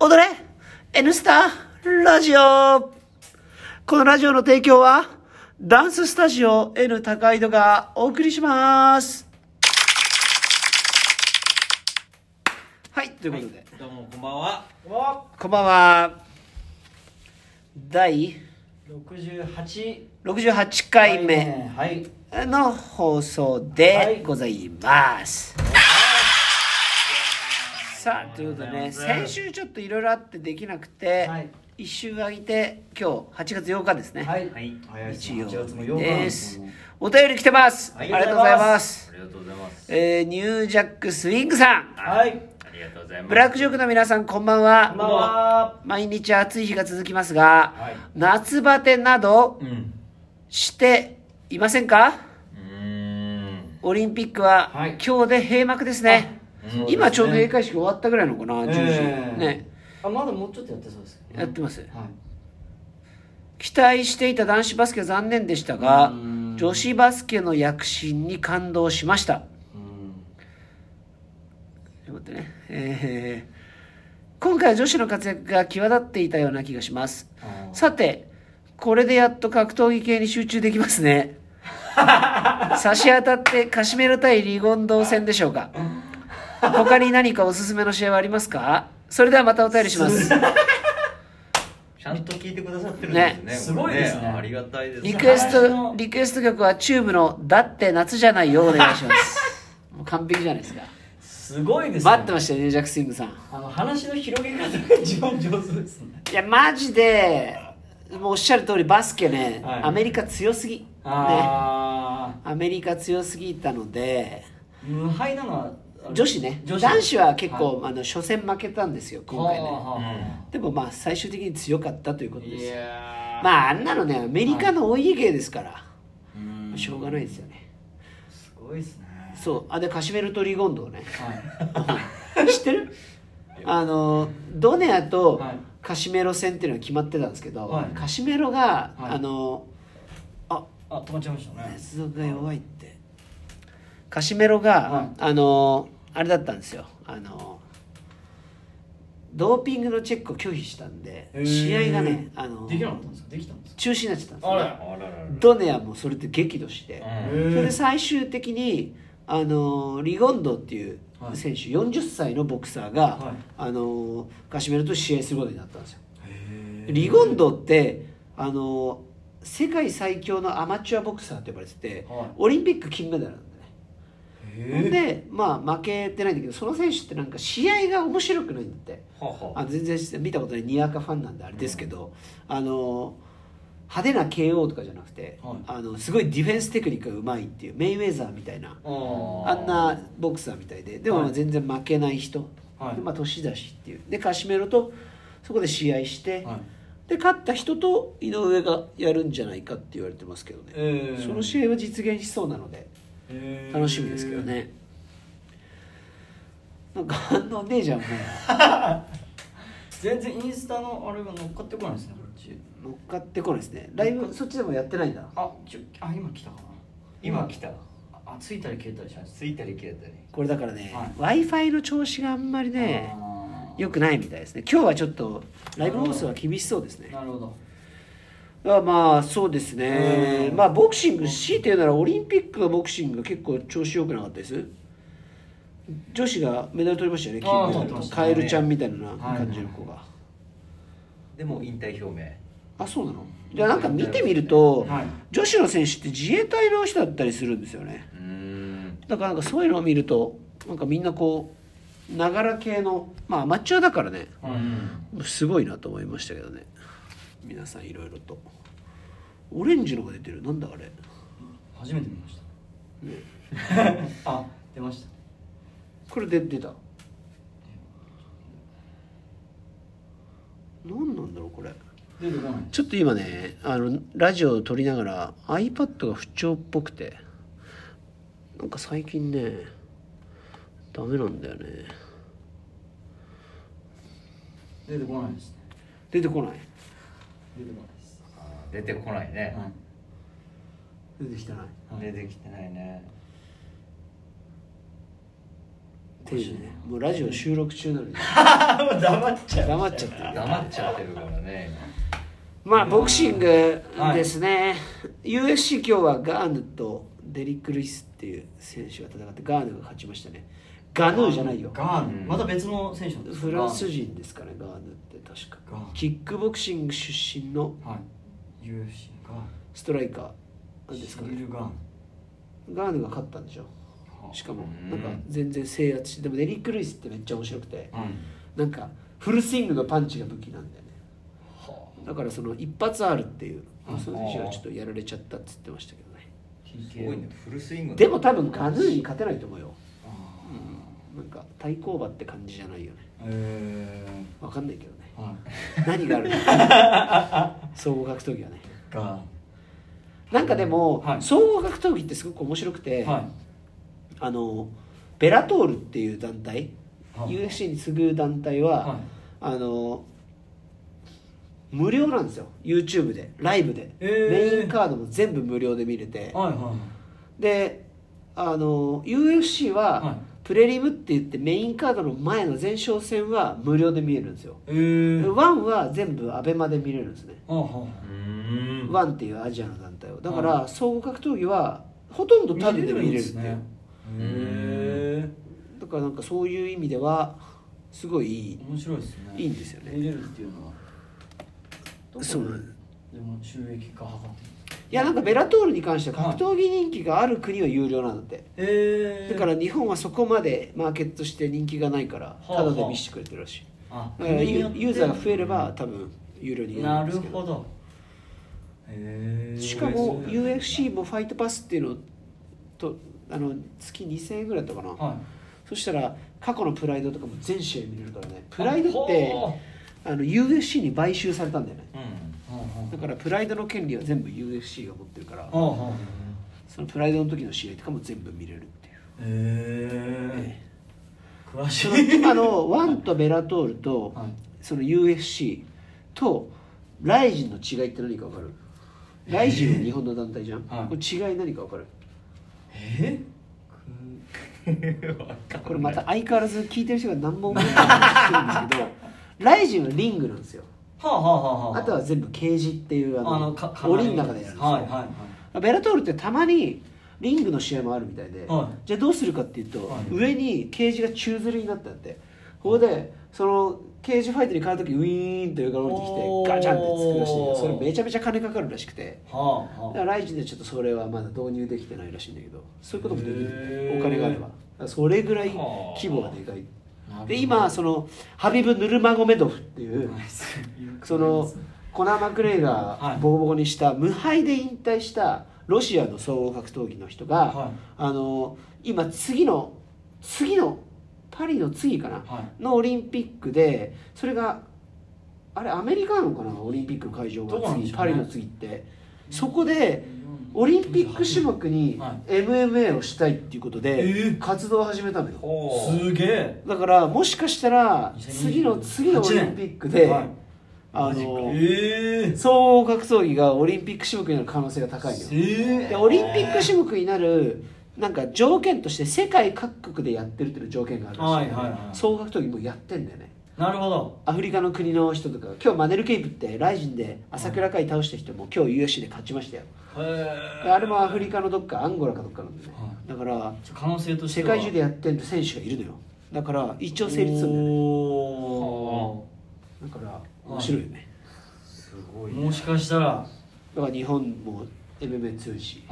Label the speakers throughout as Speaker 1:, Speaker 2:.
Speaker 1: 踊れ !N スタラジオこのラジオの提供は、ダンススタジオ N 高井戸がお送りします。はい、ということで、
Speaker 2: どうもこんばんは。
Speaker 1: こんばんは。第
Speaker 2: 六十八
Speaker 1: 68回目
Speaker 2: はい。
Speaker 1: の放送
Speaker 2: は
Speaker 1: で
Speaker 2: い
Speaker 1: ございます。さあということでね先週ちょっといろいろあってできなくて、
Speaker 2: はい
Speaker 1: 一週空いて今日8月8日ですね、
Speaker 2: はい。はい。早
Speaker 1: 日
Speaker 2: 八
Speaker 1: 曜
Speaker 2: 月の
Speaker 1: 日
Speaker 2: 八日
Speaker 1: ですお便り来てます、
Speaker 2: はい
Speaker 1: ありがとうございます
Speaker 3: ありがとうございます。
Speaker 1: えーニュージャックスイングさん
Speaker 2: はい。
Speaker 3: ありがとうございます。
Speaker 1: ブラックジョークの皆さんこんばん
Speaker 2: こ
Speaker 1: は
Speaker 2: んばんは。
Speaker 1: 毎日暑い日が続きますが、
Speaker 2: はい
Speaker 1: 夏バテなど
Speaker 3: うん。
Speaker 1: していませんか
Speaker 3: うーん。
Speaker 1: オリンピックは
Speaker 2: はい
Speaker 1: 今日で閉幕ですね、
Speaker 2: そうですね
Speaker 1: 今ちょうど閉会式終わったぐらいのかな、10時、
Speaker 2: ええ
Speaker 1: ね
Speaker 2: あまだもうちょっとやってそうです。
Speaker 1: やってます、
Speaker 2: はい。
Speaker 1: 期待していた男子バスケは残念でしたが
Speaker 2: うん
Speaker 1: 女子バスケの躍進に感動しました
Speaker 2: うん。
Speaker 1: ちょっと待ってね、えー今回は女子の活躍が際立っていたような気がします
Speaker 2: あー
Speaker 1: さてこれでやっと格闘技系に集中できます ね差し当たってカシメロ対リゴンドー戦でしょうか他に何かおすすめの試合はありますかそれではまたお便りします
Speaker 3: ちゃんと聞いてくださってるんですね。
Speaker 2: ねすごいですね
Speaker 3: これありがたいです。
Speaker 1: リクエス
Speaker 2: 最初の
Speaker 1: ト、リクエスト曲はチューブのだって夏じゃないよお願いし ます。もう完璧じゃないですか。
Speaker 2: すごいですね。
Speaker 1: 待ってましたよね、ジャックスイングさん。
Speaker 2: あの話の広げ方が一番上手ですね。
Speaker 1: いや、マジで、もうおっしゃる通りバスケね、
Speaker 2: はい
Speaker 1: アメリカ強すぎ。ね。ア
Speaker 2: あ
Speaker 1: メリカ強すぎたので、
Speaker 2: あ。無敗なのはあれ
Speaker 1: 女子ね、
Speaker 2: 女子。
Speaker 1: 男子は結
Speaker 2: い
Speaker 1: 構、あの初戦負けたんですよ、今回ね。でもまあ、最終的に強かったということ
Speaker 2: い
Speaker 1: です。
Speaker 2: やー
Speaker 1: まあ、あんなのね、アメリカのお家芸ですから、
Speaker 2: うん
Speaker 1: しょうがないですよね。
Speaker 2: すごいですね。
Speaker 1: そう、あ、で、カシメルとリゴンドをね。
Speaker 2: は い。
Speaker 1: 知ってるあのドネアと
Speaker 2: はい
Speaker 1: カシメロ戦っていうのが決まってたんですけど、
Speaker 2: はい
Speaker 1: カシメロが、
Speaker 2: はい
Speaker 1: あのあ
Speaker 2: あ止まっちゃいましたね。
Speaker 1: 熱が弱いってカシメロが、
Speaker 2: はい
Speaker 1: あのあれだったんですよあのドーピングのチェックを拒否したんで
Speaker 2: へー
Speaker 1: 試合がねあの
Speaker 2: できなかったんですか。できたんですか。
Speaker 1: 中止になっちゃったんです
Speaker 2: あ
Speaker 1: よ
Speaker 2: ら
Speaker 3: あららら
Speaker 1: ドネアもそれで激怒して、
Speaker 3: うん
Speaker 1: それで最終的にあのーリゴンドっていう選手、40歳のボクサーが、
Speaker 2: はい
Speaker 1: あのーカシメルと試合することになったんですよ。
Speaker 2: へー
Speaker 1: リゴンドってあのー世界最強のアマチュアボクサーって呼ばれてて、
Speaker 2: はい
Speaker 1: オリンピック金メダルなんだね。
Speaker 2: へー
Speaker 1: でまあ負けてないんだけどその選手ってなんか試合が面白くないんだって。
Speaker 3: はは。
Speaker 1: あ全然見たことないにわかファンなんであれですけど、あの派手な KO とかじゃなくて、
Speaker 2: はい
Speaker 1: あのすごいディフェンステクニックがうまいっていうメインウェザーみたいな
Speaker 2: あー
Speaker 1: あんなボクサーみたいででもまあ
Speaker 2: はい
Speaker 1: 全然負けない人、
Speaker 2: はい
Speaker 1: でまあ、年だしっていうでカシメロとそこで試合して、
Speaker 2: はい
Speaker 1: で勝った人と井上がやるんじゃないかって言われてますけどね、
Speaker 2: えー
Speaker 1: その試合は実現しそうなので
Speaker 2: へー
Speaker 1: 楽しみですけどね、なんか反応ねえじゃんもう。
Speaker 2: 全然インスタのあれが乗っかってこないですねこっち
Speaker 1: 乗っかってこないですねライブそっちでもやってないんだ
Speaker 2: あちょあ今来たかな
Speaker 3: 今来た。
Speaker 2: ああついたり消えたりします
Speaker 3: ついたり消えたり。
Speaker 1: これだからね、
Speaker 2: は
Speaker 1: w i f i の調子があんまりね
Speaker 2: あー
Speaker 1: 良くないみたいですね今日はちょっとライブ放送は厳しそうですね
Speaker 2: なるほど
Speaker 1: あまあそうですね
Speaker 2: うん
Speaker 1: まあボクシング強いて言うならオリンピックはボクシング結構調子良くなかったです女子がメダル取りましたよね金
Speaker 2: あー
Speaker 1: メダル
Speaker 2: 取ってました
Speaker 1: カ
Speaker 2: ね
Speaker 1: エルちゃんみたいな感じの子が、
Speaker 3: でも引退表明。
Speaker 1: あそうなのじゃあなんか見てみると、
Speaker 2: はい
Speaker 1: 女子の選手って自衛隊の人だったりするんですよね、
Speaker 3: うーん。
Speaker 1: だからなんかそういうのを見るとなんかみんなこうながら系のまあアマチュアだからね
Speaker 3: うん。
Speaker 1: すごいなと思いましたけどね皆さんいろいろとオレンジのが出てるなんだあれ
Speaker 2: 初めて見 ましたあ出ました
Speaker 1: これで出た何なんだろうこれ
Speaker 2: 出てこない
Speaker 1: ちょっと今ねあのラジオを撮りながら iPad が不調っぽくてなんか最近ねダメなんだよね
Speaker 2: 出てこないですね
Speaker 1: 出てこない
Speaker 2: 出てこないです
Speaker 3: 出てこないね。
Speaker 2: はい
Speaker 1: 出てきてない
Speaker 2: はい
Speaker 3: 出てきてないね。
Speaker 1: っていうねもうラジオ収録中な のに
Speaker 2: もう黙っちゃう
Speaker 1: 黙っちゃってる
Speaker 3: 黙っちゃってるからね
Speaker 1: まあボクシングですね、UFC 今日はガーヌとデリック・ルイスっていう選手が戦ってガーヌが勝ちましたねガヌーじゃないよ
Speaker 2: ガーヌ
Speaker 3: うん
Speaker 2: また別の選手なんですか
Speaker 1: フランス人ですからガーヌって確か
Speaker 2: ガーヌ
Speaker 1: キックボクシング出身の
Speaker 2: はい UFC ガー
Speaker 1: ストライカーな
Speaker 2: ヌ
Speaker 1: んですか
Speaker 2: シー
Speaker 1: ね
Speaker 2: ルガーヌ
Speaker 1: ガーヌが勝ったんでしょ
Speaker 2: は
Speaker 1: しかも
Speaker 3: うん
Speaker 1: なんか全然制圧してでもデリック・ルイスってめっちゃ面白くて
Speaker 2: あうん
Speaker 1: なんかフルスイングのパンチが武器なんだよね
Speaker 3: は
Speaker 1: だからその一発あるっていう
Speaker 2: うん
Speaker 1: その選手がちょっとやられちゃったっつってましたけどね
Speaker 3: あすごいねフルスイング
Speaker 1: でも多分ガヌーに勝てないと思うよ
Speaker 2: あ
Speaker 1: なんか対抗馬って感じじゃないよね
Speaker 2: ーえ
Speaker 1: わかんないけどね
Speaker 2: ーはい
Speaker 1: 何があるの か総合格闘技はね
Speaker 2: ガ
Speaker 1: なんかでも、
Speaker 2: はい
Speaker 1: 総合格闘技ってすごく面白くて、
Speaker 2: ーヌはい
Speaker 1: あのベラトールっていう団体、
Speaker 2: はい
Speaker 1: UFC に次ぐ団体は、
Speaker 2: はい
Speaker 1: あの無料なんですよ YouTube でライブで、
Speaker 2: えー
Speaker 1: メインカードも全部無料で見れて
Speaker 2: はいは
Speaker 1: であの UFC は、
Speaker 2: はい
Speaker 1: プレリムって言ってメインカードの前の前哨戦は無料で見れるんですよ、
Speaker 2: いえー
Speaker 1: ワンは全部アベマで見れるんですね、
Speaker 2: あは
Speaker 3: うーん
Speaker 1: ワンっていうアジアの団体をだから総合格闘技はほとんどタダで見れるっていう、
Speaker 2: へえ
Speaker 1: だからなんかそういう意味ではすごいいい
Speaker 2: 面白いですね
Speaker 1: いいんですよね
Speaker 2: 見れるっていうのはどこで
Speaker 1: そう
Speaker 2: でも収益化測って
Speaker 1: いやなんかベラトールに関しては格闘技人気がある国は有料なんだって
Speaker 2: え
Speaker 1: だから日本はそこまでマーケットして人気がないから
Speaker 2: あ
Speaker 1: タダで見せてくれてるらしい
Speaker 2: あ
Speaker 1: だからユユーザーが増えれ
Speaker 2: ば
Speaker 1: ば多分有料にな
Speaker 2: な
Speaker 1: るん
Speaker 2: る
Speaker 1: ですけど
Speaker 2: ほどへえ
Speaker 1: しかも UFC もファイトパスっていうのをとあの月2000円ぐらいだったかな、
Speaker 2: は
Speaker 1: そしたら過去のプライドとかも全試合見れるからね
Speaker 2: い
Speaker 1: プライドって
Speaker 2: ほう
Speaker 1: あの UFC に買収されたんだよね
Speaker 3: うん
Speaker 2: ほうほ
Speaker 1: だからプライドの権利は全部 UFC が持ってるから
Speaker 2: うほうほう
Speaker 1: そのプライドの時の試合とかも全部見れるっていう
Speaker 2: へえ詳し
Speaker 1: そ
Speaker 2: い
Speaker 1: の今のワンとベラトールと
Speaker 2: はい
Speaker 1: その UFC とライジンの違いって何か分かるライジンは日本の団体じゃん、
Speaker 2: はい
Speaker 1: これ違い何か分かる
Speaker 2: え
Speaker 1: これまた相変わらず聞いてる人が何も思わないんですけど ライジンはリングなんですよ
Speaker 2: はあはあはあは
Speaker 1: あとは全部ケージっていうあの
Speaker 2: あのかか
Speaker 1: 檻の中でやるんですよ、
Speaker 2: はいはいはい
Speaker 1: ベラトールってたまにリングの試合もあるみたいで、
Speaker 2: は
Speaker 1: じゃあどうするかっていうと、
Speaker 2: はい
Speaker 1: 上にケージが宙吊りになったんでここでそのケージファイトに変わる時ウィーンって上から降
Speaker 2: お
Speaker 1: りてきてガ
Speaker 2: ー
Speaker 1: チャンってつくらしいんだけどそれめちゃめちゃ金かかるらしくて
Speaker 2: は
Speaker 1: だ
Speaker 2: あ
Speaker 1: か
Speaker 2: は
Speaker 1: らライジンでちょっとそれはまだ導入できてないらしいんだけどそういうこともできる
Speaker 2: へー
Speaker 1: お金があればだからそれぐらい規模がでかい
Speaker 2: あ
Speaker 1: で今そのハビブ・ヌルマゴメドフっていうそのコナー・マクレイ
Speaker 2: は
Speaker 1: が
Speaker 2: い
Speaker 1: ボコボコにした無敗で引退したロシアの総合格闘技の人が、
Speaker 2: はい
Speaker 1: あの今次の次のパリの次かな、
Speaker 2: は
Speaker 1: のオリンピックでそれがあれアメリカなのかなオリンピックの会場
Speaker 2: どこ
Speaker 1: が
Speaker 2: なん
Speaker 1: 次、
Speaker 2: でしょうね
Speaker 1: パリの次ってそこでオリンピック種目に
Speaker 2: は
Speaker 1: MMA をしたいっていうこと
Speaker 2: え
Speaker 1: で
Speaker 2: ー
Speaker 1: 活動を始めたのよ。
Speaker 3: ほう
Speaker 2: すげえ
Speaker 1: だからもしかしたら次の次のオリンピックで、
Speaker 2: はい
Speaker 1: あの
Speaker 2: ええ
Speaker 1: 総合格闘技がオリンピック種目になる可能性が高いのよ
Speaker 2: え
Speaker 1: でオリンピック種目になるなんか条件として世界各国でやってるっていう条件があるらしい,、
Speaker 2: はいはいはい
Speaker 1: 総合格闘技もうやってんだよね
Speaker 2: なるほど
Speaker 1: アフリカの国の人とか今日マネルケイプってライジンで朝倉海倒した人も今日 UFC で勝ちましたよ
Speaker 2: へ
Speaker 1: で
Speaker 2: え
Speaker 1: あれもアフリカのどっかアンゴラかどっかなんでね
Speaker 2: は
Speaker 1: だから
Speaker 2: 可能性として
Speaker 1: 世
Speaker 2: は
Speaker 1: 界中でやってる選手がいるのよだから一応成立するんだよね
Speaker 2: お
Speaker 1: だから面白いよね
Speaker 3: すご
Speaker 2: ー
Speaker 3: い
Speaker 2: もしかしたら、
Speaker 1: だから日本も MMA 強いし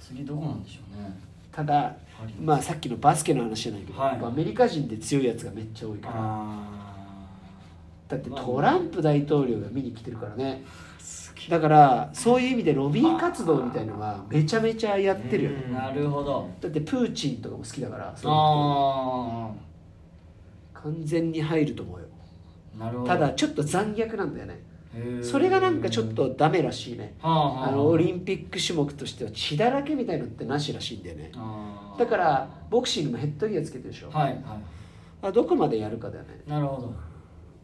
Speaker 2: 次どこなんでしょうね
Speaker 1: ただ
Speaker 2: パリ、
Speaker 1: まあ、さっきのバスケの話じゃないけど、
Speaker 2: はい
Speaker 1: やっぱアメリカ人で強いやつがめっちゃ多いから
Speaker 2: あ
Speaker 1: だってトランプ大統領が見に来てるからねだからそういう意味でロビー活動みたいのはめちゃめちゃやってるよね
Speaker 2: あなるほど
Speaker 1: だってプーチンとかも好きだからそういう人
Speaker 2: あ
Speaker 1: 完全に入ると思うよ
Speaker 2: あなるほど
Speaker 1: ただちょっと残虐なんだよね
Speaker 2: へー
Speaker 1: それがなんかちょっとダメらしいね
Speaker 2: はあ、はあ、
Speaker 1: あのオリンピック種目としては血だらけみたいのってなしらしいんだよね
Speaker 2: あー
Speaker 1: だからボクシングもヘッドギアつけてるでしょ、
Speaker 2: はいは
Speaker 1: あどこまでやるかだよね
Speaker 2: いなるほど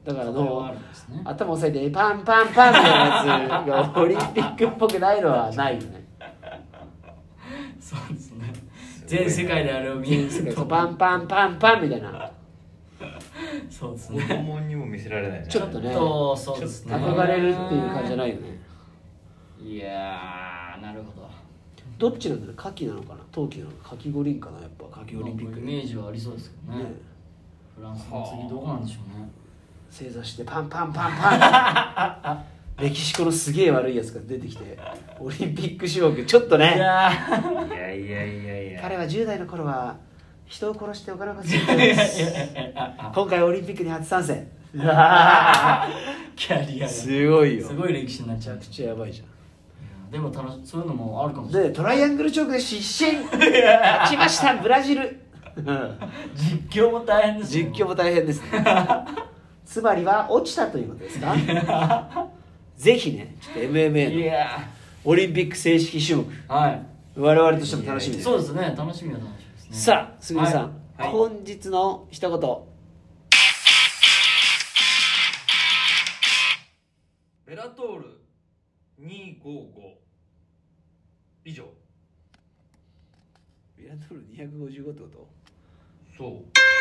Speaker 1: だからあ
Speaker 2: それは
Speaker 1: の
Speaker 2: あるんですね
Speaker 1: 頭押さえてパンパンパンってやつがオリンピックっぽくないのはないよね
Speaker 2: そうですね
Speaker 3: す
Speaker 2: 全世界であれを見る
Speaker 1: 世界
Speaker 2: と
Speaker 1: そうパンパンパンパンみたいな
Speaker 2: そうです
Speaker 3: 子
Speaker 2: ね
Speaker 3: 供にも見せられないね
Speaker 1: ちょっとね
Speaker 2: とそうですね
Speaker 1: 憧れるっていう感じじゃないよね
Speaker 2: いやーなるほど
Speaker 1: どっちなんだろう夏季なのかな冬季なのか夏季五輪かなやっぱ夏季オリンピック
Speaker 2: イメージはありそうですけどね
Speaker 1: ね
Speaker 2: フランスの次どこなんでしょうね
Speaker 1: 正座してパンパンパンパ ンメキシコのすげえ悪いやつが出てきてオリンピック種目ちょっと
Speaker 2: い
Speaker 1: ね
Speaker 2: や
Speaker 3: いやいやいやいや
Speaker 1: 彼は10代の頃は人を殺してお金を稼い でいます 今回オリンピックに初参 戦
Speaker 2: ーキャリアがす
Speaker 1: すごいよめ
Speaker 2: ごい歴史になっち
Speaker 1: ち
Speaker 2: ゃ
Speaker 1: ゃ
Speaker 2: う
Speaker 1: くちゃやばいじゃん
Speaker 2: でも楽しそういうのもあるかもしれない
Speaker 1: でトライアングルチョークで失神 勝ちましたブラジル
Speaker 2: 実況も大変です
Speaker 1: 実況も大変ですねつまりは落ちたということですか ぜひねちょっと
Speaker 2: い
Speaker 1: MMA の
Speaker 2: や
Speaker 1: オリンピック正式種目
Speaker 2: ーは
Speaker 1: 我々としても楽しみ
Speaker 2: い
Speaker 1: です
Speaker 2: そうですね楽しみは楽しみですね
Speaker 1: さあすぐるさん、
Speaker 3: はいはい
Speaker 1: 本日の一言
Speaker 3: ベラトール255以上
Speaker 1: ビラトル255ってこと
Speaker 3: そう